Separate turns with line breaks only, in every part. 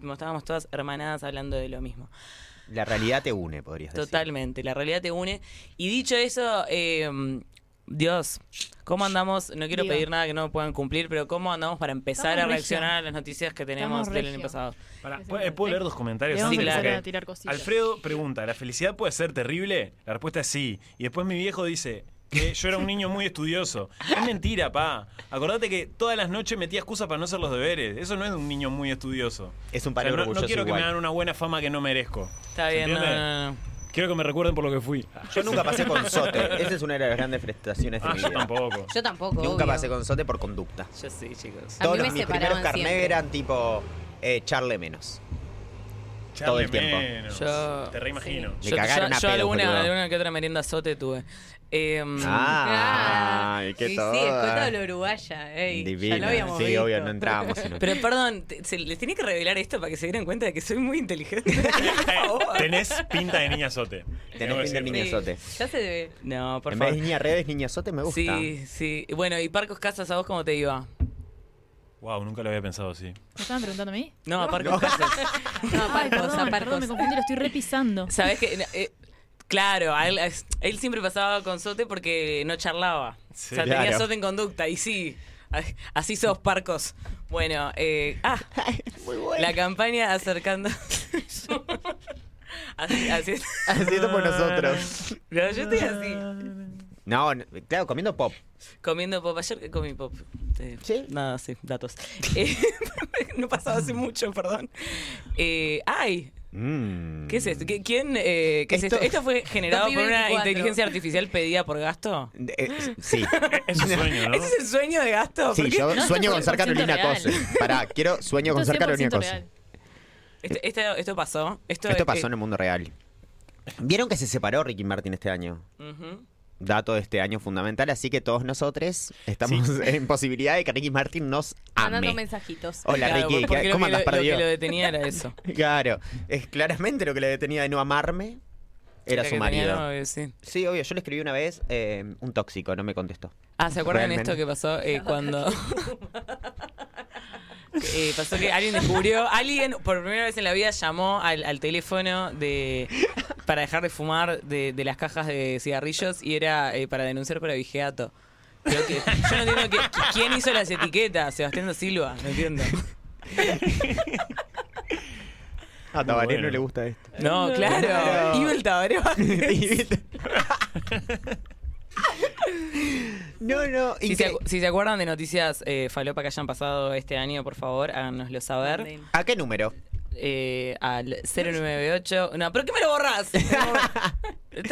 Como estábamos todas hermanadas hablando de lo mismo.
La realidad te une, podrías decir.
Totalmente, la realidad te une. Y dicho eso, eh, Dios, ¿cómo andamos? No quiero
Diga.
pedir nada que no puedan cumplir, pero ¿cómo andamos para empezar
Estamos
a reaccionar
regio.
a las noticias que tenemos
Estamos
del
regio.
año pasado?
Pará,
Es
¿puedo,
el-
puedo leer dos comentarios?
Le
Sí,
vamos a
antes?
claro.
empezar
Porque
a tirar cosillas.
Alfredo pregunta, ¿la felicidad puede ser terrible? La respuesta es sí. Y después mi viejo dice que yo era un niño muy estudioso. Es mentira, pa. Acordate que todas las noches metía excusas para no hacer los deberes. Eso no es de un niño muy estudioso.
Es un
O sea,
paro
no- no,
orgulloso
quiero que
igual.
me hagan una buena fama que no merezco.
Está
¿Se
bien, no,
entiende?
no, no.
Quiero que me recuerden por lo que fui.
Yo nunca pasé con sote. Esa es una de las grandes frustraciones de
Ah,
mi
yo
vida.
tampoco.
Yo tampoco.
Nunca
obvio.
pasé con sote por conducta.
Yo sí, chicos.
A mí
Todos
me
los- mis
separaban
primeros carnet
siempre.
eran tipo eh, charle menos.
Charle
Todo el tiempo.
menos.
Yo-
Te reimagino.
Me cagaron a
yo
pedos, boludo.
alguna, alguna que otra merienda azote tuve. Eh,
Mm.
Ah,
Ah,
y qué
sí,
todo. eh.
sí, escuela de la uruguaya. Ey,
Divino.
Ya lo habíamos
sí,
visto.
obvio, no entramos. sino-
Pero perdón, te- se- les tenía que revelar esto para que se dieran cuenta de que soy muy inteligente. Por favor.
Eh, Tenés pinta de niña sote.
Tenés pinta de
Sí,
niña sote.
Ya se debe.
No, por
en
favor.
vez de niña redes, niña sote me gusta.
Sí, sí. Bueno, y Parcos Casas, ¿a vos cómo te iba?
Wow, nunca lo había pensado así.
¿Me estaban preguntando a mí?
No, a Parcos Casas.
No,
Ay,
parcos,
perdón,
a
perdón,
parcos.
me confundí, lo estoy repisando.
Sabés que. eh, claro, a él, a él siempre pasaba con Sote porque no charlaba. o
Sí,
sea, tenía
claro.
Sote en conducta y sí. a- Así sos, Parcos. Bueno, eh, ah, la campaña acercando. así, así.
Haciendo por nosotros.
No, yo estoy así.
No, no, claro, comiendo pop.
Comiendo pop. Ayer que comí pop. Eh,
¿Sí?
Nada, sí, datos. Eh, no pasaba hace mucho, perdón. Eh, ay,
Mm.
¿Qué es esto? ¿Qué- ¿Quién, eh, qué es
Esto-
esto? ¿Esto fue generado por una
2024.
inteligencia artificial pedida por gasto?
Eh, eh, sí.
Es un sueño, ¿no?
¿Ese es el sueño de gasto?
Sí,
¿Por qué?
yo sueño con ser
100%
Carolina
real.
Cose. Pará, quiero sueño con
Esto
ser
es
Carolina
100%
Cose.
real.
Esto, esto- esto pasó. Esto,
Esto
es-
pasó en el mundo real. Vieron que se separó Ricky Martin este año.
Ujú.
Dato de este año fundamental, así que todos nosotros estamos en posibilidad de que Ricky Martin nos
Mandando
ame.
mensajitos.
Hola
Claro,
Ricky,
porque
¿qué-
lo
¿cómo
que lo-
andas perdido?
Lo que lo detenía era eso.
Claro, es claramente lo que le detenía de no amarme era
Lo
su
que tenía
marido.
novio, sí.
Sí, obvio, yo le escribí una vez eh, un tóxico, no me contestó.
Ah, ¿se acuerdan
Realmente.
esto que pasó eh, cuando... Eh, pasó que alguien descubrió, alguien por primera vez en la vida llamó al, al teléfono de para dejar de fumar de, de las cajas de cigarrillos y era eh, para denunciar por abigeato. Creo que, yo no entiendo que, quién hizo las etiquetas, Sebastián da Silva, no entiendo.
A Tabaré no le gusta esto.
No, claro.
Claro.
Iba el tabaré Vázquez.
no, no,
si,
incre-
se, acu- si se acuerdan de noticias eh, falopa que hayan pasado este año, por favor, háganoslo saber.
Manden.
¿A qué número?
eh, al 098. No, ¿pero qué me lo borrás? Esto-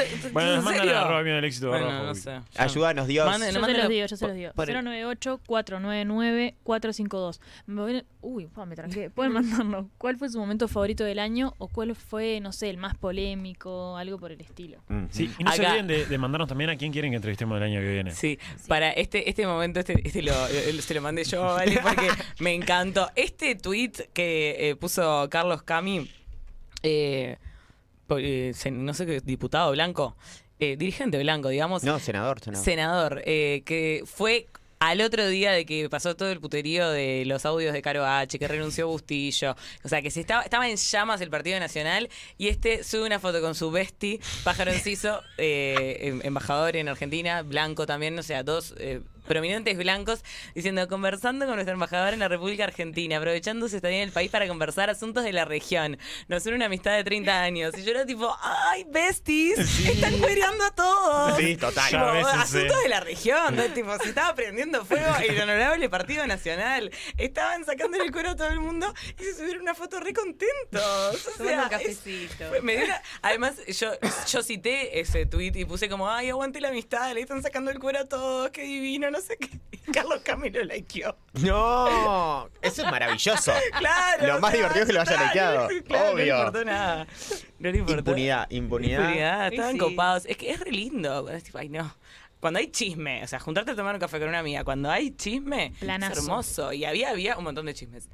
esto-
Bueno,
¿en
nos mandan
serio?
a arroba miedo al éxito.
Bueno,
arroba
no sé.
Fabi.
Ayúdanos, Dios.
Manden-
Yo se
mándalo
los digo, yo se
por-
los digo.
por el-
098-499-452. Me voy- Uy, pa, me tranqué. Pueden mandarnos. ¿Cuál fue su momento favorito del año o cuál fue, no sé, el más polémico? Algo por el estilo.
Mm.
Sí, y no se
Acá.
olviden de, de mandarnos también a quién quieren que entrevistemos el año que viene.
Sí, para este, este momento, este, este lo, lo- se lo mandé yo, ¿vale? Porque me encantó. Este tweet que eh, puso Carlos Cami, eh, po- eh, sen- no sé qué, diputado blanco, eh, dirigente blanco, digamos,
No, senador, senador.
senador, eh, que fue al otro día de que pasó todo el puterío de los audios de Caro H, que renunció Bustillo, o sea, que se estaba, estaba en llamas el Partido Nacional y este sube una foto con su bestie, pájaro enciso, eh, em- embajador en Argentina, blanco también, o sea, dos eh, prominentes blancos, diciendo, conversando con nuestro embajador en la República Argentina, aprovechando su estadía en el país para conversar asuntos de la región. Nos une una amistad de 30 años. Y yo era tipo, ¡ay, besties! ¡Están cuidando a todos!
Sí, total.
Ya
Tipo,
ves ese.
asuntos de la región, ¿no? tipo, se estaba prendiendo fuego el honorable Partido Nacional. Estaban sacándole el cuero a todo el mundo y se subieron una foto re contentos. O
Tomando
sea, es-
un cafecito.
fue- me dio una- además, yo, yo cité ese tweet y puse como, ay, aguante la amistad, le están sacando el cuero a todos, qué divino, no sé qué. Y Carlos Camilo likeó.
No, eso es maravilloso.
Claro.
Lo
o
más
sea,
divertido es que lo haya
total,
likeado,
claro,
obvio.
No le importó nada. No le importó.
Impunidad, impunidad.
Impunidad,
Y
"Ah, estaban
sí.
copados. Es que es re lindo. Cuando es tipo, ay, no. Cuando hay chisme, o sea, juntarte a tomar un café con una amiga, cuando hay chisme,
Planazo.
es hermoso. Y había, había un montón de chismes.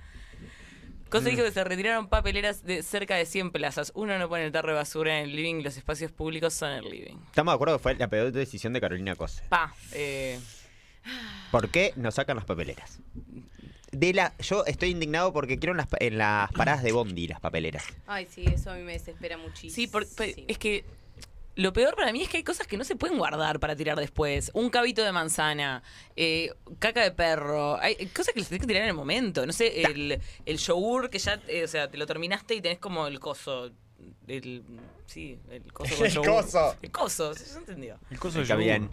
Cosa dijo que se retiraron papeleras de cerca de 100 plazas. Uno no pone el tarro de basura en el living, los espacios públicos son el living.
Estamos de acuerdo que fue la peor decisión de Carolina Cose.
Pa, eh,
¿Por qué nos sacan las papeleras? de la. Yo estoy indignado porque quiero en las, en las paradas de Bondi las papeleras.
Ay, sí, eso a mí me desespera muchísimo.
Sí, por- pe- es que lo peor para mí es que hay cosas que no se pueden guardar para tirar después. Un cabito de manzana, eh, caca de perro, hay eh, cosas que las tenés que tirar en el momento. No sé, el, el yogur que ya, eh, o sea, te lo terminaste y tenés como el coso. El, sí, el coso con
El
yogur.
coso.
El coso, sí, se entendió.
El coso
Está
de
bien.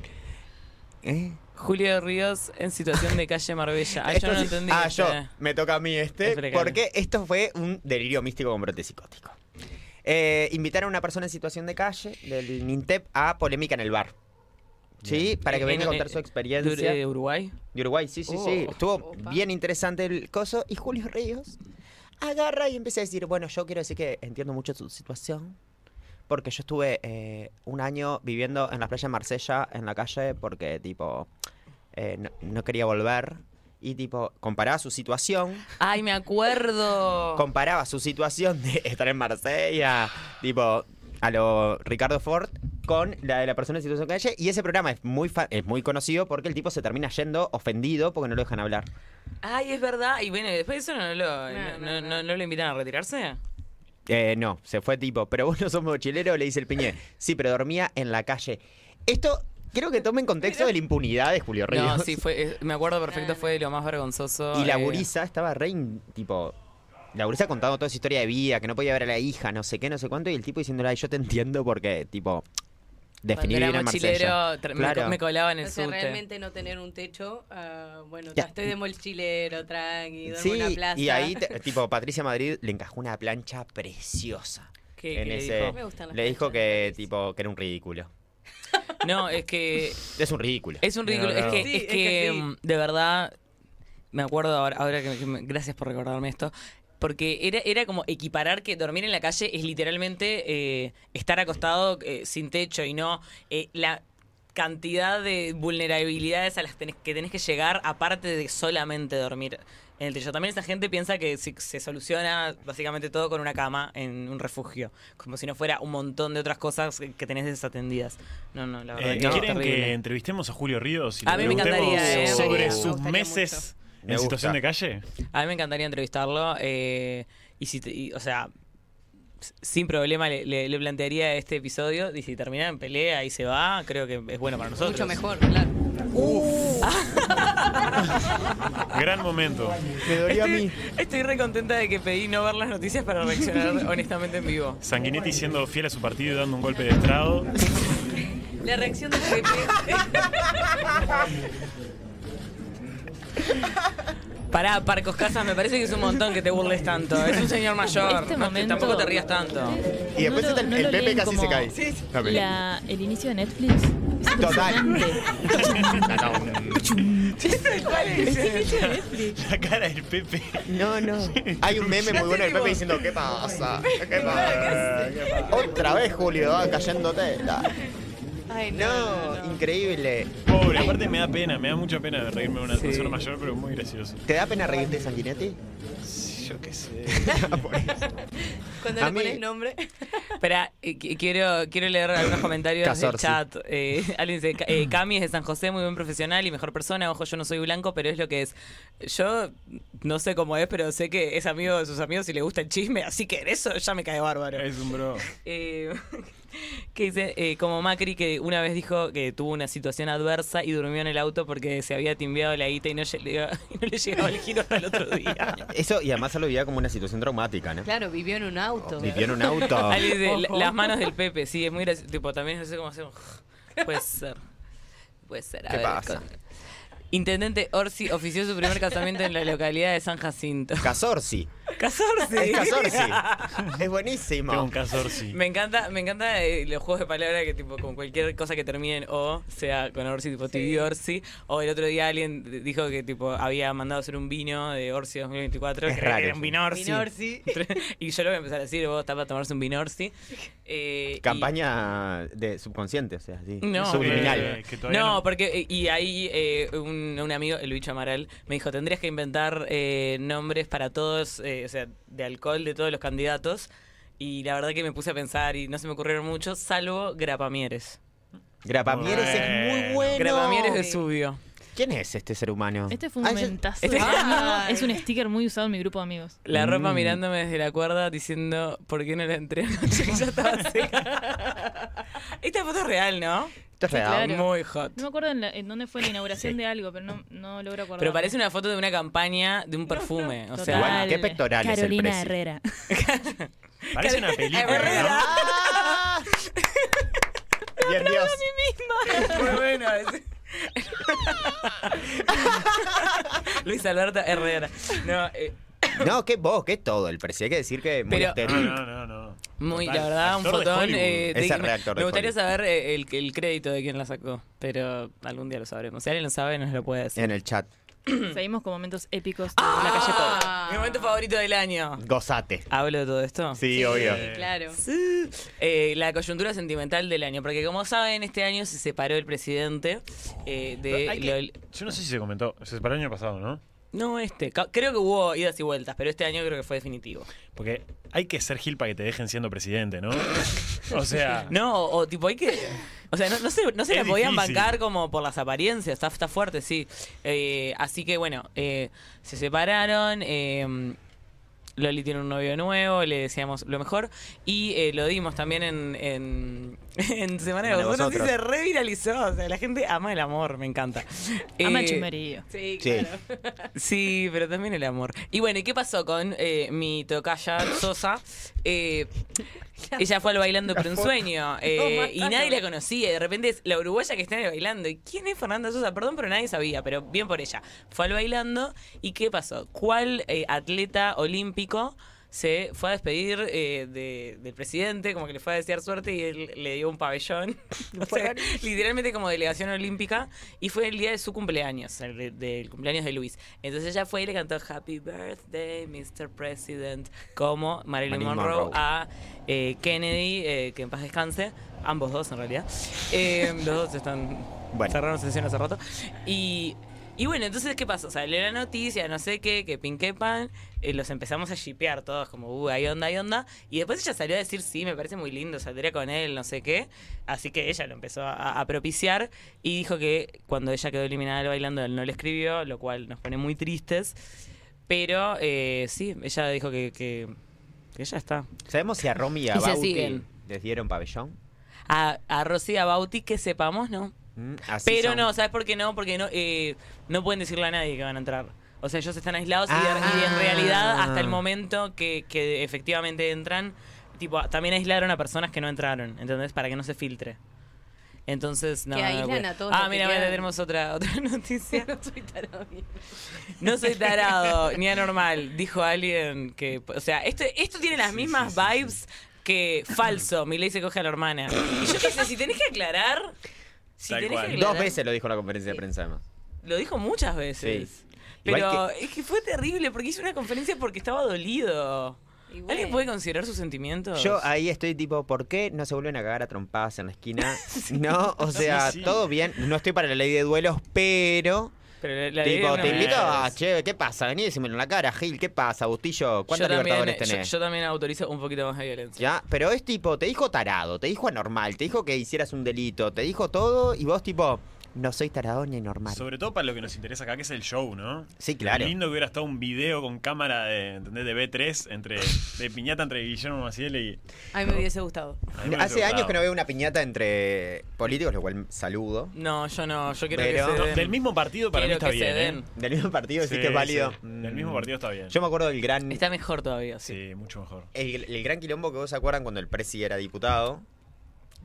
bien.
¿Eh?
Julio Ríos en situación de calle Marbella. Ah,
Esto
yo no
sí-
entendí. este,
Ah, yo.
espera.
Me toca a mí este.
Espera, Carmen.
Porque esto fue un delirio místico con brote psicótico. Eh, invitar a una persona en situación de calle del NINTEP a polémica en el bar. ¿Sí? Para que
En-
venga a
en-
contar su
¿De
experiencia.
Ur- de Uruguay?
De Uruguay, sí, sí, sí.
Oh.
Estuvo
Opa.
bien interesante el coso. Y Julio Ríos agarra y empieza a decir, bueno, yo quiero decir que entiendo mucho su situación. Porque yo estuve eh, un año viviendo en las playas de Marsella, en la calle, porque, tipo, eh, no, no quería volver. Y, tipo, comparaba su situación.
Ay, me acuerdo.
Comparaba su situación de estar en Marsella, tipo, a lo Ricardo Ford, con la de la persona en situación de calle. Y ese programa es muy, fa- es muy conocido porque el tipo se termina yendo ofendido porque no lo dejan hablar.
Ay, es verdad. Y bueno, después de eso no lo, no,
No, no,
no,
no.
no- no lo invitan a retirarse.
Eh, no, se fue tipo, pero vos no sos mochilero, le dice el piñé. Sí, pero dormía en la calle. Esto creo que toma en contexto de la impunidad de Julio Ríos.
No, sí, fue, es- me acuerdo perfecto,
No, no.
fue lo más vergonzoso.
y la
eh,
gurisa estaba re, in- tipo, la gurisa contando toda su historia de vida, que no podía ver a la hija, no sé qué, no sé cuánto, y el tipo diciéndole, "Ay, yo te entiendo porque, tipo, definí
cuando
bien
era
en
mochilero,
Marsella.
tra- me
Claro.
co- me, colaba en el
O sea,
subte.
realmente no tener un techo, ah, bueno,
Ya.
estoy de mochilero, tranqui, duermo
Sí,
en una plaza.
y ahí, te- tipo, Patricia Madrid le encajó una plancha preciosa.
¿Qué-
en
qué le
ese-
dijo?
Me gustan las
le dijo
planchas de
que,
Patricia.
tipo, que era un ridículo.
No, es que
Es un ridículo.
es un ridículo.
No, no.
Es que,
Sí,
es
es
que,
que sí.
mm, de verdad, me acuerdo ahora, ahora que, que me- gracias por recordarme esto. Porque era, era como equiparar que dormir en la calle es literalmente eh, estar acostado eh, sin techo y no eh, la cantidad de vulnerabilidades a las tenés- que tenés que llegar aparte de solamente dormir en el techo. También esa gente piensa que se, se soluciona básicamente todo con una cama en un refugio, como si no fuera un montón de otras cosas que, que tenés desatendidas. No, no, la verdad
Eh,
que no,
¿Quieren
terrible.
que entrevistemos a Julio Ríos y
A mí
le
me
preguntemos
encantaría, eh,
sobre
me
sus
gustaría
meses
Me
en
gusta.
situación de calle?
A mí me encantaría entrevistarlo. eh, y si, te- y, o sea, s- sin problema le, le- le plantearía este episodio. Y si termina en pelea y se va, creo que es bueno para nosotros.
Mucho mejor, claro.
Gran momento.
Me dolió
Estoy, estoy re contenta de que pedí no ver las noticias para reaccionar honestamente en vivo.
Sanguinetti siendo fiel a su partido y dando un golpe de estrado.
La reacción de Pepe.
Pará, Parcos Casas, me parece que es un montón que te burles tanto. Es un señor mayor. no te-
Este momento-
tampoco te rías tanto.
Y después
No lo-
el,
no
el
lo
Pepe
leen
casi se
como
cae. Dame.
la- el inicio de Netflix. Es
Total.
impresionante.
La cara del Pepe.
No, no. Hay un meme muy bueno del Pepe diciendo, ¿qué pasa? ¿Qué pasa? Otra vez, Julio, ah, cayéndote. Ah,
Ay, no.
No,
no, no.
increíble.
Pobre, aparte me da pena, me da mucha pena reírme de una
Sí.
persona mayor, pero es muy gracioso.
¿Te da pena reírte de Sanguinetti?
Yo qué sé.
Cuando
A
le
mí-
pones nombre.
Espera, eh, qui- quiero, quiero leer algunos comentarios del
Cazorci.
chat. Eh, alguien dice, "Ca- eh, Cami es de San José, muy buen profesional y mejor persona. Ojo, yo no soy blanco, pero es lo que es. Yo no sé cómo es, pero sé que es amigo de sus amigos y le gusta el chisme, así que en eso ya me cae bárbaro.
Es un bro.
Eh, que dice, eh, como Macri que una vez dijo que tuvo una situación adversa y durmió en el auto porque se había timbiado la guita y no, lle- y no le llegaba el giro hasta el otro día.
Eso, y además se lo vivía como una situación traumática, ¿no?
Claro, vivió en un auto.
Vivió en un auto.
Ahí dice, "La-
Ojo.
las manos del Pepe, sí, es muy gracioso. Tipo, también no sé cómo hacemos. Puede ser. Puede ser. A
¿Qué
ver,
pasa?
con- Intendente Orsi ofició su primer casamiento en la localidad de San Jacinto.
Casorsi.
Casorsi.
Es Casorsi. Es
Tengo un
buenísimo.
casorsi.
Me encanta, me encanta eh, los juegos de palabras que tipo con cualquier cosa que termine en O, sea con Orsi, tipo TV Orsi, o el otro día alguien d- dijo que tipo había mandado hacer un vino de Orsi 2024,
Es
que
raro
era
eso.
un vino Orsi.
Minorsi.
y yo lo voy a empezar a decir, vos está para tomarse un vino Orsi. Eh, y-
Campaña de subconsciente, o sea, sí.
No,
Subliminal.
Eh, que todavía
No,
no-
porque eh, y ahí eh, un, un amigo, el bicho Amaral, me dijo, tendrías que inventar eh, nombres para todos, eh, o sea, de alcohol de todos los candidatos. Y la verdad que me puse a pensar y no se me ocurrieron muchos, salvo Grapamieres.
Grapamieres es muy
Bueno.
bueno.
Grapamieres de
Sí.
Subio.
¿Quién es este ser humano?
Este fue un
Ah, ese-
momentazo.
este-
del año.
Ay.
Es un sticker muy usado en mi grupo de amigos.
La ropa
Mm.
mirándome desde la cuerda diciendo, ¿por qué no la entré anoche? que ya estaba seca? Esta foto es real, ¿no?
Esto es
Sí,
real.
Este, claro.
Muy hot.
No me acuerdo en, la- en dónde fue la inauguración de algo, pero no, no logro acordar.
Pero parece una foto de una campaña de un perfume. O sea,
Igual, ¿qué pectorales el
Carolina
presi?
Herrera.
Parece una película.
¡Ah! Bien, Dios.
Muy bueno. es- Luis Alberto Herrera. No, eh,
No, qué vos, qué todo el presi. Hay que decir que muy
Pero- Ah,
No,
estéril.
no, no, no.
muy,
Total,
la verdad, un
actor de
fotón.
Hollywood.
eh,
Es el reactor de
me gustaría
Hollywood.
saber eh, el, el crédito de quién la sacó, pero algún día lo sabremos. Si alguien lo sabe, nos lo puede decir.
En el chat.
Seguimos con momentos épicos de la calle Pau.
Ah, Mi momento favorito del año.
Gozate.
¿Hablo de todo esto?
Sí,
Sí,
obvio.
claro.
Sí. Eh, la coyuntura sentimental del año, porque como saben, este año se separó el presidente eh, de...
Hay que-
lo-
Yo no sé si se comentó. Se separó el año pasado, ¿no?
No, este. ca- Creo que hubo idas y vueltas, pero este año creo que fue definitivo.
Porque hay que ser Gil para que te dejen siendo presidente, ¿no? O sea.
No, o, o tipo, hay que. O sea, no, no se, no se
Es
la podían
difícil.
bancar como por las apariencias, está, está fuerte, sí. Eh, así que bueno, eh, se separaron. eh, Loli tiene un novio nuevo, le deseamos lo mejor. Y eh, lo dimos también en, en, en Semana de
Semana de
Vosotros. Y
Vosotros.
se reviralizó. O sea, la gente ama el amor, me encanta.
Ama
Eh,
el chusmerío.
Sí,
Sí.
claro.
Sí, pero también el amor. Y bueno, ¿y qué pasó con eh, mi tocaya Sosa? Eh, ella fue al bailando por un sueño eh, y nadie la conocía. Y de repente es la uruguaya que está en el bailando. ¿Y quién es Fernanda Sosa? Perdón, pero nadie sabía, pero bien por ella. Fue al bailando y ¿qué pasó? ¿Cuál eh, atleta olímpico se fue a despedir eh, de- del presidente? Como que le fue a desear suerte y él le dio un pabellón. O sea, literalmente como delegación olímpica. Y fue el día de su cumpleaños, el de- del cumpleaños de Luis. Entonces ella fue y le cantó Happy Birthday, Mr. President, como Marilyn
Marilyn
Monroe
Monroe.
a eh, Kennedy, eh, que en paz descanse. Ambos dos, en realidad. Eh, los dos están.
Bueno.
Cerraron sesión hace rato. Y. Y bueno, entonces, ¿qué pasó? Salió la noticia, no sé qué, que pin, que pan. eh, los empezamos a shipear todos, como, uh, hay onda, hay onda. Y después ella salió a decir, sí, me parece muy lindo, saldría con él, no sé qué. Así que ella lo empezó a, a propiciar y dijo que cuando ella quedó eliminada del bailando, él no le escribió, lo cual nos pone muy tristes. Pero eh, sí, ella dijo que, que, que ella está.
¿Sabemos si a Romy y a
Y se
Bauti
siguen.
les dieron pabellón?
A, a Rosy y a Bauti, que sepamos, ¿no?
Mm, así
Pero
son.
no, ¿sabes por qué no? Porque no, eh, no pueden decirle a nadie que van a entrar. O sea, ellos están aislados y,
Ah.
y en realidad hasta el momento que, que efectivamente entran, tipo, también aislaron a personas que no entraron, ¿entendés? Para que no se filtre. Entonces, no.
Que
no, no
aíslan
puede.
a todos
Ah,
los que
mira, mira,
quedan.
tenemos otra, otra noticia.
No soy tarado bien.
No soy tarado, ni anormal, dijo alguien que... O sea, esto, esto tiene las mismas vibes que falso, mi ley se coge a la hermana. Y yo qué sé, si tenés que aclarar... Si
Tal
tenés
cual.
que
Dos
aclarar-
veces lo dijo en la conferencia de prensa, además.
Lo dijo muchas veces.
Sí.
Pero
Igual
es que fue terrible porque hizo una conferencia porque estaba dolido.
Y
¿Alguien
bueno.
puede considerar sus sentimientos?
Yo ahí estoy tipo, ¿por qué no se vuelven a cagar a trompadas en la esquina? No, o sea,
Sí, sí.
todo bien. No estoy para la ley de duelos, pero.
Pero la- la idea
tipo,
no
te
es-
invito a. Che, ¿qué pasa? Vení y decímelo en la cara, Gil, ¿qué pasa, Bustillo?
Yo
¿Cuántos
también- eh,
libertadores
yo-
tenés?
Yo, también autorizo un poquito más de violencia.
Ya, pero es tipo, te dijo tarado, te dijo anormal, te dijo que hicieras un delito, te dijo todo y vos, tipo, no soy tarado ni anormal.
Sobre todo para lo que nos interesa acá, que es el show, ¿no?
Sí, claro.
Lo lindo que hubiera estado un video con cámara de, ¿entendés? de B3 entre, de piñata entre Guillermo Maciel y.
A mí me hubiese gustado.
a mí me
Hace
hubiese
años que no
gustado.
veo una piñata entre políticos, lo cual saludo.
No, yo no. Yo quiero
Pero-
que se
No,
den.
del mismo partido para
Quiero
mí está
que se
bien.
den.
¿eh?
Del mismo partido, sí,
Sí,
que es válido.
sí. Del mismo
Mm.
partido está bien.
Yo me acuerdo del gran.
Está mejor todavía, sí.
Sí, mucho mejor.
El, el gran quilombo que vos se acuerdan cuando el presi era diputado.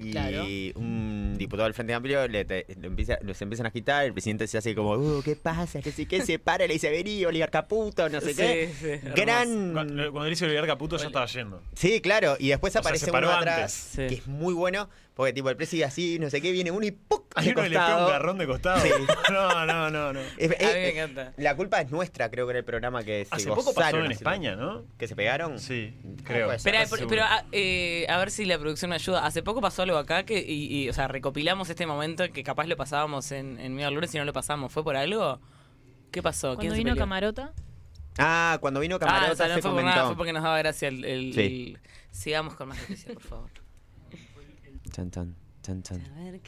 Y
Claro.
un diputado del Frente Amplio le, te- le empieza, los empiezan a quitar. El presidente se hace como, uh, ¿qué pasa? Que sí, que se para, le dice, vení, oligarca puto, no sé
Sí,
qué.
sí, hermoso.
gran.
Cuando, cuando le hizo llegar Caputo ya estaba yendo.
Sí, claro. Y después
sea,
aparece
se
uno
paró
atrás,
antes. Sí.
que es muy bueno, porque tipo el presi así, no sé qué, viene uno y ¡puc!
Hay
de
uno que le pega un
costado.
garrón de costado. No, no, no, no.
Es-
A mí me
eh,
encanta.
La culpa es nuestra, creo que era el programa que se
Hace poco pasó
gozaron
en
haciendo-
España, ¿no?
¿Que se pegaron?
Sí,
Ah,
creo.
puede ser.
Espera,
Casi
pero,
seguro.
pero, ah, eh, a ver si la producción me ayuda. Hace poco pasó algo acá que, y, y, o sea, recopilamos este momento que capaz lo pasábamos en, en Miedo al Lunes y no lo pasamos. ¿Fue por algo? ¿Qué pasó? ¿Quién
Cuando
se
vino
peleó?
Camarota,
Ah, cuando vino
Ah,
Camarota
o sea, no
se
fue por
comentó.
nada, fue porque nos daba gracia el... el-
Sí.
el- Sigamos con más noticias, por favor.
Chan, chan, chan, chan.
A ver, ¿qué